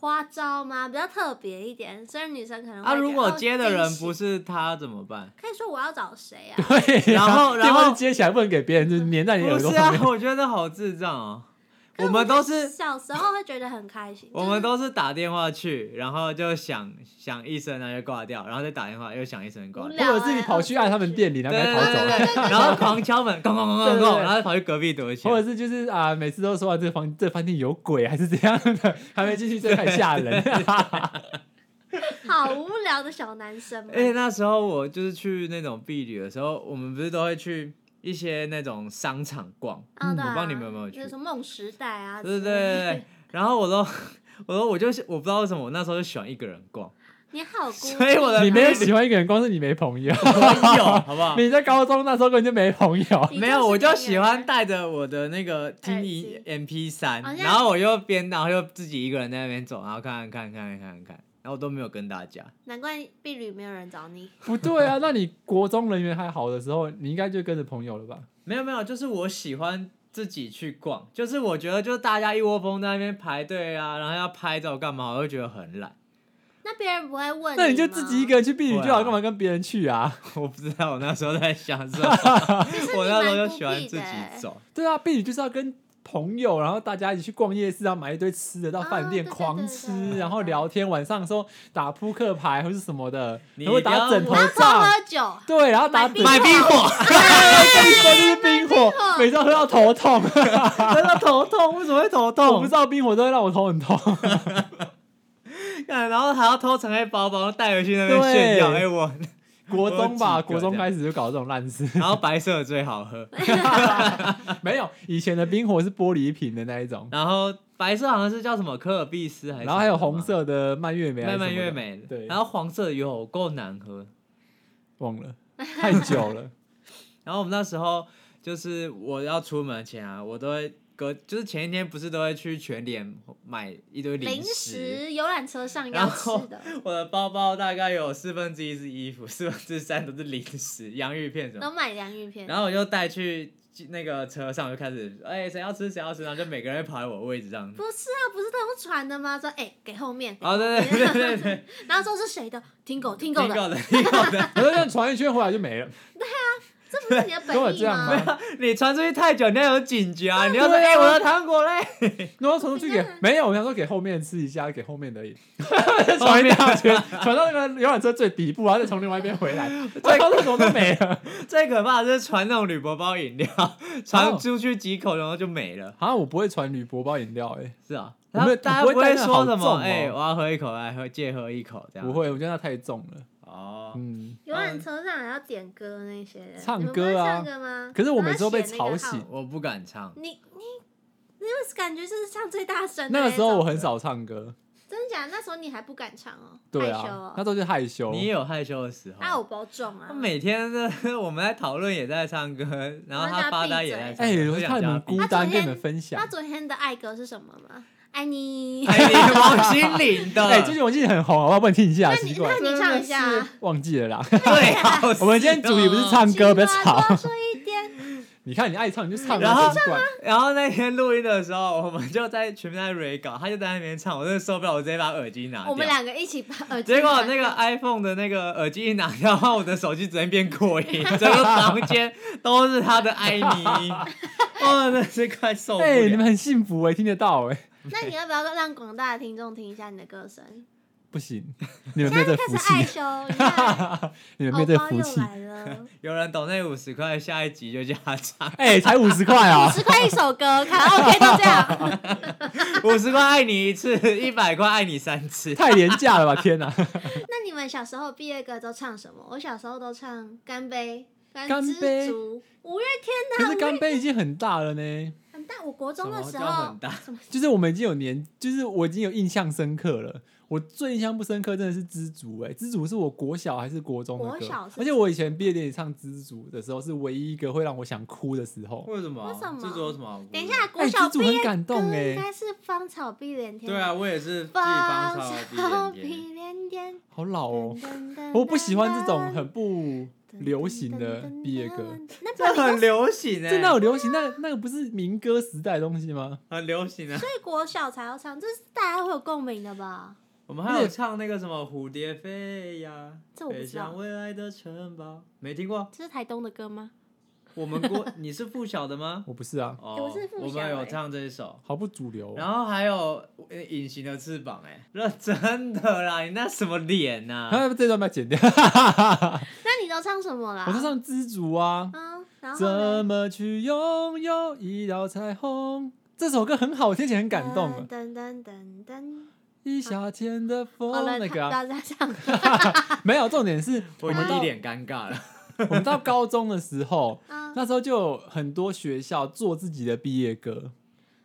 C: 花招嘛，比较特别一点。虽然女生可能会
B: 啊，如
C: 觉
B: 果
C: 得哦
B: 接的人不
C: 惊喜
B: 是他怎么办？
C: 可以说我要找谁啊？
A: (laughs) 对呀
B: 然后
A: 电
B: 然后
A: 话就接起来，不能给别人，就是粘在你
B: 不
A: 耳朵
B: 是
A: 旁
B: 啊
A: 边。，
B: 我觉得好智障哦。
C: 可
B: 我们都
C: 就是小时候会觉得很开心，
B: 我们都是打电话去，然后就响响一声，然后就挂掉，然后再打电话又响一声挂
C: 无
B: 掉。
C: 聊
A: 或者是你跑去按他们店里，然
B: 对
A: 后
B: 对
A: 赶快跑走
B: 对
A: 了，
B: 对，对然后狂敲门，咣咣咣
A: 对
B: 咣
A: 对
B: 咣，
A: 对
B: 然后跑去隔壁躲
A: (laughs)
B: 起
A: 或
B: 来。
A: 者是就是啊，每次都说啊这房这饭店有鬼还是怎样的，还没进去就太吓人。 (laughs)
C: 好无聊的小男生
B: (laughs)
C: 们。
B: 而且哎那时候我就是去那种避旅的时候，我们不是都会去一些那种商场逛，
C: 啊，
A: 嗯
C: 对啊
B: 我不知道你们有没有去
C: 就是什么梦时代啊，
B: 对对
C: 之类
B: 对
C: 的
B: 对，然后我都我都我就是我不知道为什么我那时候就喜欢一个人
C: (laughs)
B: 逛，
C: (laughs) 你好孤啊
B: 所以我的
A: 你没有喜欢一个人，光是你没朋友。
B: 我有好不好？
A: (laughs) 你在高中那时候根本就没朋
B: (laughs)
A: 友，
C: 你
B: 没有，
C: 就是
B: 我就
C: 那个
B: 喜欢带着我的那个听你
C: 耳
B: M P 三
C: 好，像
B: 然后我又边然后又自己一个人在那边走，然后看看看看看看看，然后我都没有跟大家。
C: 难怪婢女没有人找你。
A: 不对啊。那你国中人缘还好的时候，你应该就跟着朋友了吧？
B: 没有没有，就是我喜欢自己去逛，就是我觉得就是大家一窝蜂在那边排队啊，然后要拍照干嘛，我就觉得很懒。
C: 那别人不会问
A: 那
C: 你
A: 你就
C: 吗
A: 自己一个人去避旅就
B: 对
A: 好，
B: 啊
A: 干嘛跟别人去啊？
B: 我不知道我那时候在想
A: (laughs)
B: 什么，
C: 就是
B: 我
C: 你
B: 那时候
C: 蛮
B: 就
C: 孤
B: 喜欢
C: 僻
B: 自
C: 的欸
B: 己走。
A: 对啊，避旅就是要跟朋友，然后大家一起去逛夜市，然后买一堆吃的到饭店
C: 啊对对
A: 狂
C: 对对
A: 吃，
C: 对
A: 然后聊天，晚上的时候打扑克牌或是什么的，
B: 你
A: 然后
B: 不
A: 打
B: 要
A: 枕头
C: 然后 (laughs) 偷
A: 仗，
C: 喝酒，
A: 对，然后打
C: 买
A: 赌，
B: 买冰 (laughs) 火，
A: 跟你说就是冰火，每次都喝到头痛，
B: 真的头痛，为什么会头
A: 我不
B: 痛
A: 知？道冰火都会让我头很痛。
B: 然后还要偷藏在包包带回去那边炫耀，
A: 对
B: 哎我，
A: (laughs) 国中吧，
B: 我有几
A: 国
B: 个
A: 中开始就搞这种烂事，
B: 然后白色的最好喝，
A: 没有以前的冰火是玻璃瓶的那一 (laughs) 种，
B: 然后白色好像是叫什么可尔必斯还是什么的嘛，
A: 然后还有红色的蔓越莓还是
B: 慢
A: 什么的，
B: 慢越美，
A: 对
B: 然后黄色的有够难喝，
A: 忘了，太久 (laughs) 了。
B: 然后我们那时候就是我要出门前啊，我都会隔就是前一天不是都会去全联买一堆
C: 零
B: 食。
C: 食游览车上要
B: 然
C: 吃
B: 后
C: 的，
B: 我的包包大概有四分之一是衣服，四分之三都是零食、洋芋片什
C: 然
B: 么。
C: 后买洋芋片。
B: 然后我就带去那个车上，就开始哎、谁要吃谁要吃，然后就每个人会跑在我位置上。
C: 不是啊，不是都用传的吗？说哎、给后面，
B: 哦，对对对对对，
C: 然后说是谁的？听狗，听狗
B: 听
C: 的，
B: 够的，听够
C: (laughs)
B: 的。
A: 可是这样传一圈回来就没了，
C: 这不是你的
A: 都有
C: 本意
A: 这样
C: 吗？
A: 吗？
B: 你传出去太久，你要有警觉啊！你要说
A: 对啊
B: 哎、我的糖果嘞， (laughs)
A: 然后传出去给
C: 你这样
A: 没有，我想说给后面吃一下，给后面 (laughs) 的而已，传一大圈，传到那个游览车最底部，然后再从另外一边回来， (laughs) 最后那种都没 (laughs) 了。
B: 最可怕的是传那种铝箔包饮料，
A: 哦
B: 传出去几口然后就没了。
A: 好像啊我不会传铝箔包饮料，哎，
B: 是啊，
A: 我没有
B: 他大家
A: 我不会带
B: 会
A: 那个
B: 说什
A: 好
B: 么
A: 重哦
B: 哎、我要喝一口，来喝借喝一口这样。
A: 不会，我觉得那太重了。
B: 哦，
A: 嗯，
C: 游览车上还要点歌那些人，
A: 唱
C: 你们不
A: 歌
C: 会
A: 啊
C: 唱歌吗？
A: 可是我
C: 然后
A: 每次都被
C: 写那个
A: 吵
C: 号
A: 醒
B: 我不敢唱，
C: 你你那个感觉就是唱最大声的
A: 那个时候
C: 种
A: 我很少唱歌，
C: 真假？那时候你还不敢唱哦，
A: 对
C: 害羞
A: 啊，那
C: 哦。
A: 时候就害羞。
B: 你也有害羞的时候。
C: 他有包重啊
B: 他，每天呢， (laughs) 我们在讨论也在唱歌，然后他发呆也在唱
A: 哎，
B: 歌。
A: 我
B: 想
A: 看你
B: 叫他
A: 们
B: 闭
A: 孤
C: 他昨
A: 单，跟你
C: 天
A: 们分享啊
C: 那。昨天的爱歌是什么吗？
A: (laughs)
C: 爱你。
B: 哎，你王心凌的，
A: 哎，最近我记得很红，好不好？帮你听一下，
C: 那
A: 奇
C: 你
A: 怪
C: 那，你唱一下啊。 (laughs)
A: 忘记了啦。 (laughs)
B: 最好是哦。
A: 我们今天主题不是唱歌，
C: 请
A: 不要
C: 把
A: 吵 (laughs)
C: 多。说一点，
A: 你看你爱唱你就唱啊，
B: 然后
A: 奇怪
B: 然后那天录音的时候，我们就在群在 re 稿，他就在那边唱，我真的受不了，我直接把耳机拿掉。
C: 我们两个一
A: (laughs)
C: 起把耳机
B: 结果
C: 拿
B: 那个
C: 掉
B: iPhone 的那个耳机一拿掉，然后我的手机直接变扩音，整个房间都是他的
C: (laughs)
B: 哀咪，哇，真是快受不
A: 哎、你
B: 了。
A: 们很幸福哎、听得到哎、
C: 那你要不要让广大的听众听一下你的歌
A: (laughs)
C: 声？
A: 不行，你们没有这
C: 开
A: 福
C: 始爱
A: 气，
C: 羞，你
A: (laughs)
C: 看
A: 你们没
C: 偶
A: 有这
C: 包
A: 福
C: 又
A: 气，
C: 来了，
B: 有人懂那五十块，下一集就叫他唱
A: 哎、才五十块啊
C: (laughs) 五，十块一首歌，卡拉 OK 都这样。
B: (laughs) 五十块爱你一次，一百块爱你三次。
A: 太廉价了吧，天哪、
C: (laughs) 那你们小时候毕业歌都唱什么？我小时候都唱《干杯》《
A: 干杯
C: 知足》五月天
A: 可是干杯已经很大了呢，
C: 很大，我国中的时
B: 什么叫
C: 候
B: 很大，
C: 什么
A: 就是我们已经有年，就是我已经有印象深刻了。我最印象不深刻真的是《知足》哎，《知足》是我国小还是国中的
C: 国
A: 歌
C: 小，是
A: 而且我以前毕业典礼唱《知足》的时候，是唯一一个会让我想哭的时候。
B: 为什么？
C: 为什么
B: 这有什么好哭的？
C: 等一下，
A: 哎，
C: 国
A: 《
C: 小
A: 知足》
C: 毕
A: 很
C: 业
A: 感
C: 歌
A: 动哎
C: 应，该是《芳草碧连天》。
B: 对啊，，我也是自己帮
C: 芳
B: 超
C: 草
B: 逼人
C: 碧连天。
A: 好老哦。
C: 噔噔噔
A: 我不喜欢这种
C: 噔
A: 很不
C: 噔
A: 流行的
C: 噔噔
A: 毕业歌，
C: 噔。那
B: 这
C: 本
B: 很流行哎、
A: 真的有流行？那那个不是民歌时代的东西吗？
B: 很流行啊。
C: 对国小才要唱，这是大家会有共鸣的吧？
B: 我们还有唱那个什么蝴蝶飞呀，
C: 这我不知道
B: 飞向未来的城堡，没听过。
C: 这是台东的歌吗？
B: 我们 (laughs) 国你是附小的吗？
A: 我不是啊，
B: 哦，
C: (laughs) 我是附小
B: 我们有
C: 欸
B: 唱这一首。
A: 好不主流、
B: 然后还有呃隐形的翅膀、哎，那 (laughs) 真的啦，你那什么脸啊
A: 他
B: 呐、
A: 这段要不要剪掉？
C: 那你都唱什么啦？
A: 我是唱知足啊，
C: 嗯，然后呢
A: 怎么去拥有一道彩虹？这首歌很好听，而且很感动啊。
C: 噔噔噔噔，
A: 一夏天的风，
C: 哦，了
A: 那个啊，
C: 大家唱。
A: 没有重点
C: (laughs)
A: 是，
B: (laughs) 我
A: 我
B: 已
A: 们
B: 经一
A: 到
B: 脸尴尬了。
A: (laughs) 我们到高中的时候，
C: 嗯，
A: 那时候就有很多学校做自己的毕业歌，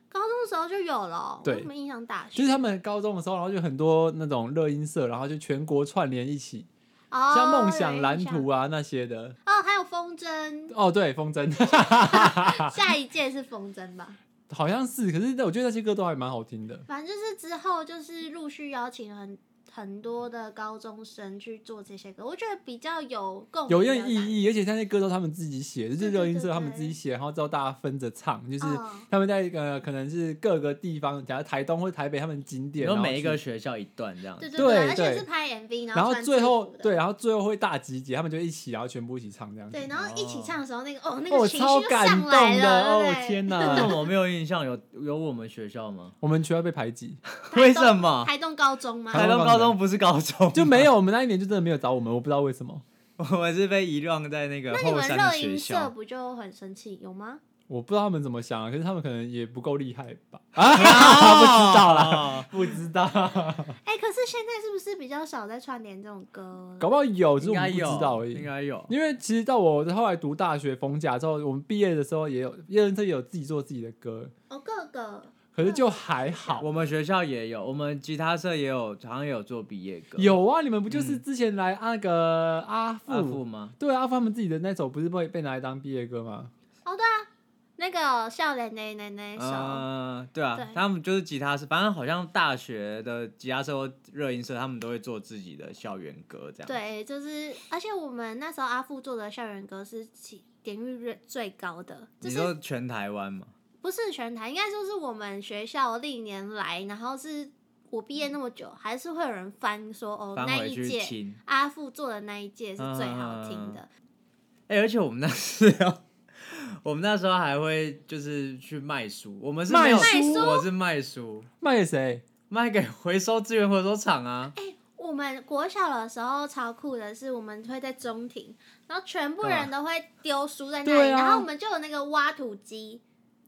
C: 高中的时候就有了哦，
A: 对
C: 我怎么印象大学？
A: 就是他们高中的时候，然后就很多那种乐音社，然后就全国串联一起，
C: 哦
A: 像梦想蓝
C: 有印
A: 图
C: 象
A: 啊那些的。
C: 哦，还有风筝，
A: 哦，对，风筝 (laughs) 啊
C: 下一届是风筝吧？
A: 好像是，可是我觉得那些歌都还蛮好听的。
C: 反正就是之后就是陆续邀请很很多的高中生去做这些歌，我觉得比较有共鸣
A: 有
C: 的
A: 点
C: 感觉
A: 意义，而且那些歌都他们自己写，就是热音
C: 哦对对
A: 社他们自己写，然后之后大家分着唱，就是
C: 嗯
A: 他们在呃可能是各个地方，假如台东或台北他们景点，
B: 然
A: 然
B: 后
A: 后
B: 每一个
A: 去
B: 学校一段这样
C: 对
B: 子，
C: 对
A: 对
C: 而且
A: 对
C: 是拍 MV，
A: 然后
C: 穿
A: 最
C: 制
A: 后
C: 服的
A: 对，然后最后会大集结，他们就一起，然后全部一起唱这样子。
C: 对，然后一起
B: 哦
C: 唱的时候，那个哦，那
A: 哦，
C: 个情绪
A: 超
C: 就
A: 感
C: 上
A: 动
C: 来
A: 的
C: 了，
A: 哦
C: 对，不对 (laughs)
A: 天
B: 为什
A: 哪！
B: (laughs) 么我没有印象？有有我们学校吗？
A: 我们学校被排挤，
C: 台
B: 为
C: 东
B: 什么？
C: 台东高中吗？
A: 台
B: 台
A: 东
B: 东
A: 高
B: 高
A: 中
B: 中不是高中吗，
A: 就没有我们那一年就真的没有找我们，我不知道为什么，
B: (laughs) 我们是被遗忘在那个
C: 那你
B: 后
C: 们
B: 山的
C: 热
B: 学
C: 音社
B: 校。
C: 不就很生气有吗？
A: 我不知道他们怎么想啊，可是他们可能也不够厉害吧？啊，
B: 不知道
A: 啦，不知道，
C: 哎、可是现在是不是比较少在串联这种歌了？
A: 搞不好有，只是
B: 应
A: (laughs) 我
B: 该
A: 们不知
B: 有，
A: 道而已
B: 应。该有。
A: 因为其实到我后来读大学逢甲之后，我们毕业的时候也有，叶仁特也有自己做自己的歌，
C: 哦，各个
A: 可是就还好。
B: 我们学校也有，我们吉他社也有，好像也有做毕业
A: (laughs)
B: 歌。
A: 有啊，你们不就是
B: 嗯
A: 之前来啊那个阿富？
B: 阿富吗？
A: 对啊阿富他们自己的那首不是被被拿来当毕业歌吗？
C: 哦啊那个笑脸奶奶那一首，
B: 嗯，对啊
C: 对，
B: 他们就是吉他社，反正好像大学的吉他社或热音社，他们都会做自己的校园歌这样。，
C: 对，就是而且我们那时候阿富做的校园歌是起点阅率最高的，
B: 你
C: 就是
B: 说全台湾嘛？
C: 不是全台，应该说是我们学校历年来，然后是我毕业那么久，还是会有人翻说哦
B: 翻
C: 那
B: 回
C: 一
B: 去
C: 届
B: 听。嗯
C: 阿富做的那一届是最好听的，
B: 哎、而且我们那时候，我们那时候还会就是去卖书，我们是没有
A: 卖
C: 书卖书
B: 我是卖书，
A: 卖给谁？
B: 卖给回收资源回收厂啊。
C: 哎我们国小的时候超酷的是，我们会在中庭，然后全部人都会丢书在那
A: 嗯对
C: 里，
A: 啊
C: 然后我们就有那个挖土机，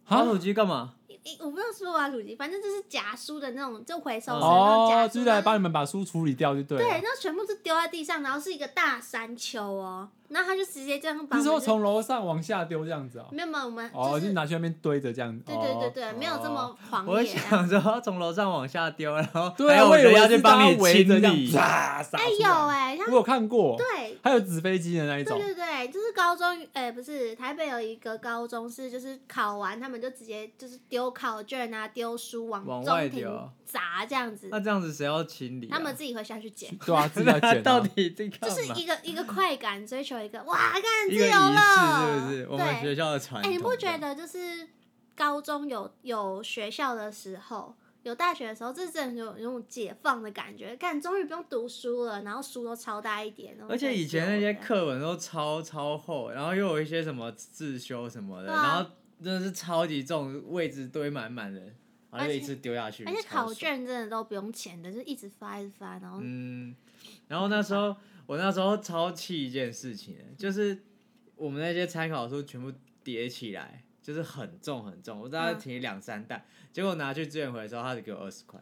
B: 挖
A: 啊
B: 土机干嘛？
C: 一一我不知道是不是挖土机，反正就是夹书的那种，就回收
B: 哦
C: 的那种夹
A: 哦，
C: 书，
A: 就是来
C: 然后
A: 帮你们把书处理掉就对啊
C: 对，
A: 了。
C: 那全部是丢在地上，然后是一个大山丘哦，然后他就直接这样把
A: 你
C: 我
A: 是说
C: 们就
A: 从楼上往下丢这样子啊？
C: 没有没有我们
A: 哦，
C: 就
A: 就是拿去那边堆着这样子。
C: 对对对
A: 哦
C: 对，没有这么狂
B: 我
C: 野啊。
B: 想说从楼上往下丢，然后
A: 对
B: 还
A: 啊，
B: 有
A: 我以
B: 人
A: 为
B: 要去
A: 是
B: 帮
A: 大家
B: 你
A: 围着这
B: 清
A: 样啊
B: 理。
A: 啪撒
C: 哎
A: 出来
C: 有哎，像
A: 我有看过，
C: 对
A: 还有纸飞机的那一
C: 对
A: 种。
C: 对对，对，就是高中，哎、不是台北有一个高中是，就是考完他们就直接就是丢考卷啊，丢书往
B: 往外
C: 中
B: 丢
C: 庭砸这样子，
B: 那这样子谁要清理、啊？
C: 他们自己会下
B: (laughs)
C: 去捡，
A: 对啊，自己要
B: 那
A: 剪、啊。
B: 到底在干
C: 就
B: (laughs) 嘛？
C: 是一个一个快感，追求一个哇，干
B: 一
C: 自
B: 个
C: 由
B: 仪
C: 了，
B: 式，是不是？我们
C: 对
B: 学，校的传
C: 哎、
B: 统。
C: 你不觉？得就是高中有有学校的时候，有大学的时候，这真的有有种解放的感觉，干终于不用读书了，然后书都超大一点，然后
B: 而且
C: 就
B: 以前那些
C: 丢了
B: 课文都超超厚，然后又有一些什么自修什么的，
C: 对啊
B: 然后真的是超级重，位置堆满满的，然后
C: 而
B: 就
C: 且
B: 一次丢下去。
C: 而且
B: 超
C: 考
B: 爽
C: 卷真的都不用钱的，就一直发一直发，然后、
B: 嗯，然后那时候我那时候超气一件事情，欸就是我们那些参考书全部叠起来，就是很重很重，我大概
C: 嗯
B: 提两三袋，结果拿去资源回收，他只给我二十块。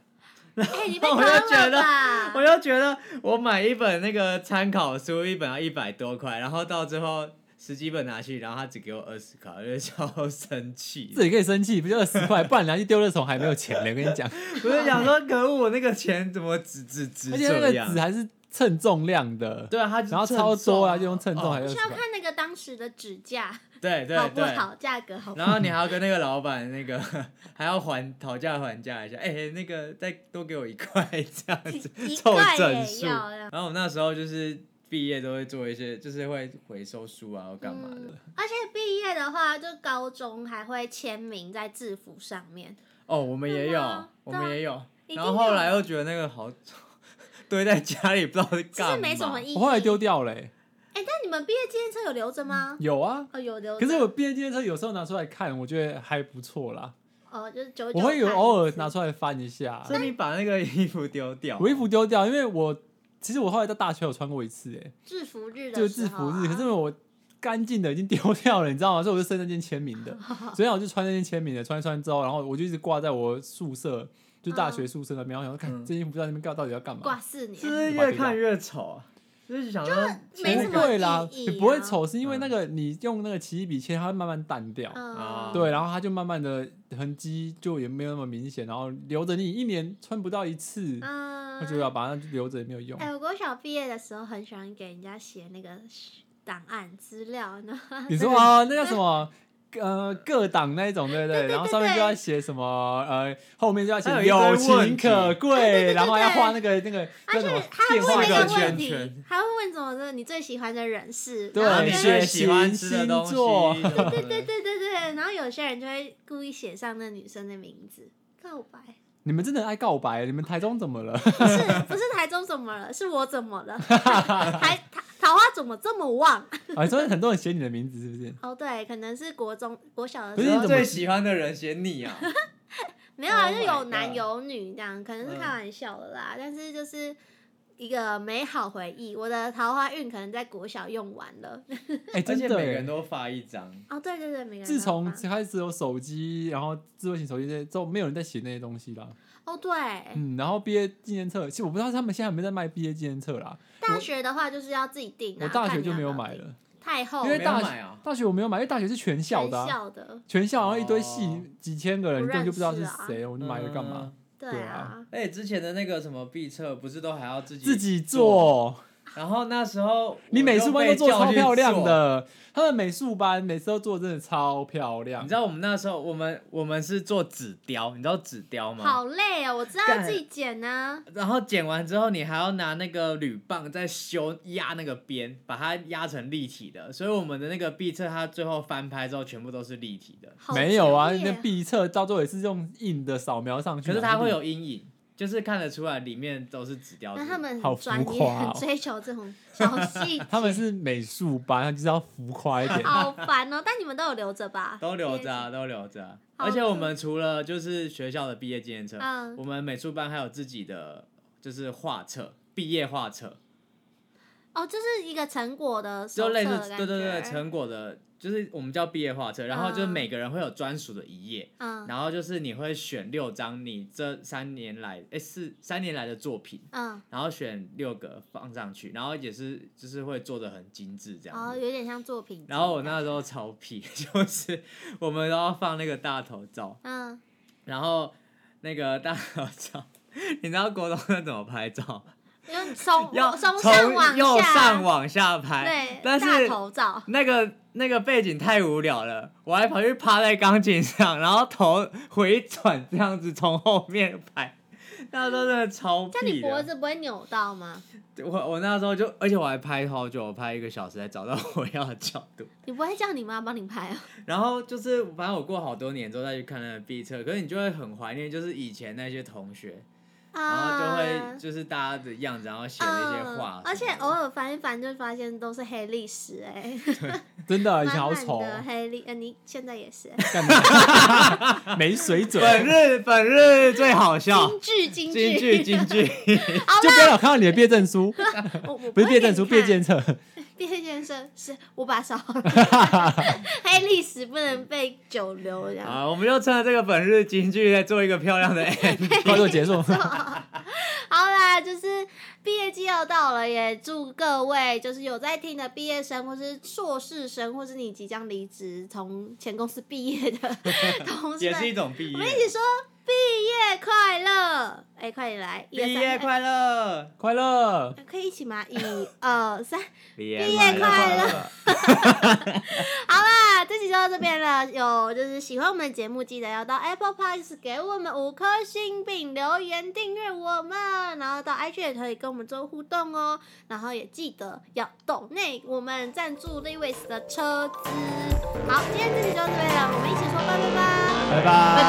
C: 哎、
B: (laughs)
C: 你被
B: 我
C: 坑
B: 就觉
C: 了
B: 得
C: 吧？
B: 我就觉得我买一本那个参考书，一本要一百多块，然后到最后十几本拿去，然后他只给我二十块，我就超生气。
A: 自己可以生气，不就二十块？不然拿去丢垃圾桶还没有钱嘞。我跟你讲，
B: (laughs) 我就想说，可恶，我那个钱怎么只只只
A: 而且那
B: 这
A: 个纸
B: 样？
A: 还是称重量的，
B: 对啊，他
A: 然后超多啊，就用称重还
B: 有
A: 有
C: 是
A: 20
C: 要
A: 块。
C: 看那个当时的指价
B: 哦对对
C: 好不
B: 对。
C: 好，价格好不
B: 然
C: 好。
B: 后你还要跟那个老板那个还要还讨价还价一下，哎、那个再多给我一块这样子
C: 一
B: 凑
C: 块
B: 整
C: 也
B: 数。
C: 要这样
B: 然后我那时候就是毕业都会做一些，就是会回收书啊，或干嘛的。
C: 嗯而且毕业的话，就高中还会签名在制服上面，
B: 哦，我们也
C: 对
B: 有
C: 吗，
B: 我
C: 对啊
B: 们也有。
C: 一定
B: 然后后
C: 有啊
B: 来又觉得那个好堆在家里，不知道是
C: 其
B: 干嘛。
C: 实没什么意义。
A: 我后来丢掉嘞、
C: 哎、但你们毕业纪念册有留着吗？
A: 有啊。
B: 嗯
C: 哦，有留着。
A: 可是我毕业纪念册有时候拿出来看，我觉得还不错啦。
C: 哦，就是久久
A: 我会有
C: 看一
A: 偶尔
C: 次哦
A: 拿出来翻一下。
B: 所以你把那个衣服丢掉。
A: 我衣服丢掉，因为我其实我后来到大学有穿过一次、欸，
C: 制服日
A: 哎，
C: 的
A: 就是
C: 时
A: 制
C: 候
A: 服
C: 啊
A: 日，可是因为我干净的已经丢掉了，你知道吗？所以我就剩那件签名
C: (laughs)
A: 的，所以我就穿那件签名的，穿一穿之后，然后我就一直挂在我宿舍，就大学宿舍那边，我想说，看
B: 嗯
A: 这件衣服在那边挂到底要干
C: 挂
A: 嘛？
C: 四
B: 是不
C: 年，
B: 是
A: 把它
B: 越
A: 丢掉
B: 看越丑啊？就是想说
A: 不
C: 没什么
A: 会啦，
C: 意义
A: 你不会
C: 啊
A: 丑，是因为那个你用那个奇异笔铅，它会慢慢淡掉。
C: 嗯
B: 啊，
A: 对，然后它就慢慢的痕迹就也没有那么明显，然后留着你一年穿不到一次，
C: 嗯
A: 那就要把它留着也没有用
C: 哎、。我国小毕业的时候很喜欢给人家写那个档案资料，然
A: (laughs)
C: 后
A: 你说啊，那叫什么？ (laughs) 呃，各档那一种，对不对？然后上面就要写什么？呃，后面就要写
B: 还有一堆
A: 友
B: 问
A: 情
B: 题
A: 可贵，然后要
C: 对
A: 画那个那个叫什么
C: 他
A: 电
C: 还
A: 话
C: 问
A: 歌
C: 那个
A: 曲
B: 圈
C: 问题
B: 圈，
C: 还会问什么的你最喜欢的人是，
A: 对
C: 然后
B: 你
C: 跟
B: 最
A: 写
B: 喜欢
A: 星
B: 吃的东西。
A: 座
C: 对对
A: (laughs)
C: 对对对，然后有些人就会故意写上那女生的名字告
A: (laughs)
C: 白，
A: 你们真的很爱告白？你们台中怎么了？ (laughs)
C: 不是不是台中怎么了，是我怎么了？台桃桃花怎么这么旺？
A: 啊，所以很多人写你的名字，是不
B: (laughs)
A: 是？
C: 哦，对，可能是国中国小的
A: 可是
C: 时候
A: 你
B: 然
A: 怎
B: 后
A: 么
B: 最喜欢的人写
A: (laughs)
B: 你啊？
C: 没有啊，
B: Oh
C: 就
B: my
C: 有男
B: god
C: 有女这样，可能
A: 嗯
C: 是开玩笑的啦。但是就是一个美好回忆，我的桃花运可能在国小用完了。
A: 哎，
B: 而
A: 真
B: 且
A: 的
B: 每个人
A: 耶。
B: 都发一张。
C: 哦，对对对，
B: 啊
C: 每个人
A: 自
C: 都
A: 从
C: 发
A: 开始有手机，然后智慧型手机这些之后，没有人在写那些东西啦。
C: 哦对，
A: 嗯，然后毕业纪念册，其实我不知道他们现在有没有在卖毕业纪念册啦。
C: 大学的话就是要自己订、啊。
A: 我大
C: 看
A: 学
C: 你
A: 就
C: 要
A: 没有
C: 不要
A: 买
C: 订，
A: 了，
C: 太厚了，
A: 因为
B: 没有
A: 大
B: 买啊
A: 学大学我没有买，因为大学是全校的啊、
C: 全校的，
A: 全校然后一堆系、
B: 哦
A: 几千个人，
C: 不
A: 根本就不知道是
C: 认识啊
A: 谁，我就买了干嘛
B: 嗯？？
A: 对
C: 对
A: 啊
C: 啊。
B: 哎、之前的那个什么必测，不是都还要自己
A: 自己。做，
B: 然后那时候
A: 你美术班都
B: 做
A: 做超漂亮，的，他们美术班每次都做得真的超漂亮。
B: 你知道我们那时候我们我们是做纸雕，你知道纸雕吗？
C: 好累哦，我知道
B: 干
C: 要自己剪啊呢、
B: 然后剪完之后，你还要拿那个铝棒再修压那个边，把它压成立体的。所以我们的那个壁册，它最后翻拍之后全部都是立体的，
C: 好
A: 没有啊，
C: 强烈
A: 那毕册到最后也是用印的扫描上去
B: 可
A: 嘛，
B: 是它
A: 就
B: 会有阴影，就是看得出来里面都是纸雕。
C: 那他们
A: 好
C: 很
A: 浮
C: 专业，
A: 夸哦
C: 很追求这种小细节，
A: (laughs) 他们是美术班，他就是要浮夸一点。
C: 好烦 (laughs) 哦。但你们都有留着吧？
B: 都留
C: 毕业
B: 着、啊，都留着、啊。
C: 好
B: 而且我们除了就是学校的毕业纪念册，
C: 嗯
B: 我们美术班还有自己的就是画册，毕业画册，
C: 哦，就是一个成果的手
B: 就类
C: 册的
B: 似
C: 感
B: 对对对
C: 觉啊
B: 成果的，就是我们叫毕业画册。然后就是每个人会有专属的一页，
C: 嗯
B: 然后就是你会选六张你这三年来哎四三年来的作品，
C: 嗯，
B: 然后选六个放上去，然后也是就是会做的很精致这样
C: 哦，
B: 子。
C: 有点像作品集。
B: 然后我那时候超屁， (laughs) 就是我们都要放那个大头照，
C: 嗯，
B: (laughs) 然后那个大合照，你知道国中生怎么拍照？ (laughs)
C: 就从
B: 要
C: 从
B: 从
C: 往
B: 右
C: 下，
B: 上往下拍
C: 对，，
B: 但是
C: 大头照，
B: 那个那个背景太无聊了，我还跑去趴在钢琴上，然后头回转这样子从后面拍，那时候真的超
C: 这样你
B: 屁
C: 脖
B: 的。
C: 子不会扭到吗？
B: 我我那时候就，而且我还拍好久，我拍一个小时才找到我要的角度。
C: 你不会叫你妈帮你拍啊？
B: 然后就是，反正我过好多年之后再去看那个毕册，可是你就会很怀念，就是以前那些同学， (laughs) 然后就会就是大家的样子，然后写了一些话
C: 啊嗯，而且
B: 什么的
C: 偶尔翻一翻就发现都是黑历史哎、欸，
A: 真的以前
C: (laughs) 满
A: 好
C: 满
A: 丑哦，
C: 的黑历，呃，你现在也是
B: (laughs)
C: 欸
A: 没水
C: (laughs)
A: 准，
B: 本日本日最好笑
C: 京，剧京
B: 京
C: 剧，
B: 剧京剧，
A: 就不要老看到你的毕业证书，
C: 我我
A: 不是
C: 会
A: 毕业
C: 给
A: 证
C: 你
A: 书，
C: 看
A: 毕业检
C: (laughs)
A: 测。
C: 毕业先生是我把它烧了，
B: (laughs)
C: 黑历史不能被久留这样。
B: 啊，我们就趁着这个本日京剧来做一个漂亮
C: (laughs)
B: 的 end。
A: 快速结束。
C: 好啦，就是毕业季要到了，也祝各位就是有在听的毕业生，或是硕士生，或是你即将离职从前公司毕
B: (laughs)
C: 业的同事
B: 也是一
C: 们，
B: 种毕业
C: 我。们一起说毕业快乐！哎、快点来，一二
B: 毕
C: 三
B: 业快乐，
A: 快乐，
C: 哎可以一起吗？一二三。
B: 毕
C: 毕业快乐！好啦，这集就到这边了。有就是喜欢我们的节目，记得要到 Apple Podcast 给我们五颗星，并留言订阅我们，然后到 IG 也可以跟我们做互动哦。然后也记得要抖内我们赞助 Lewis 的车资。好，今天这集就到这边了，我们一起说拜拜吧。
A: 拜拜。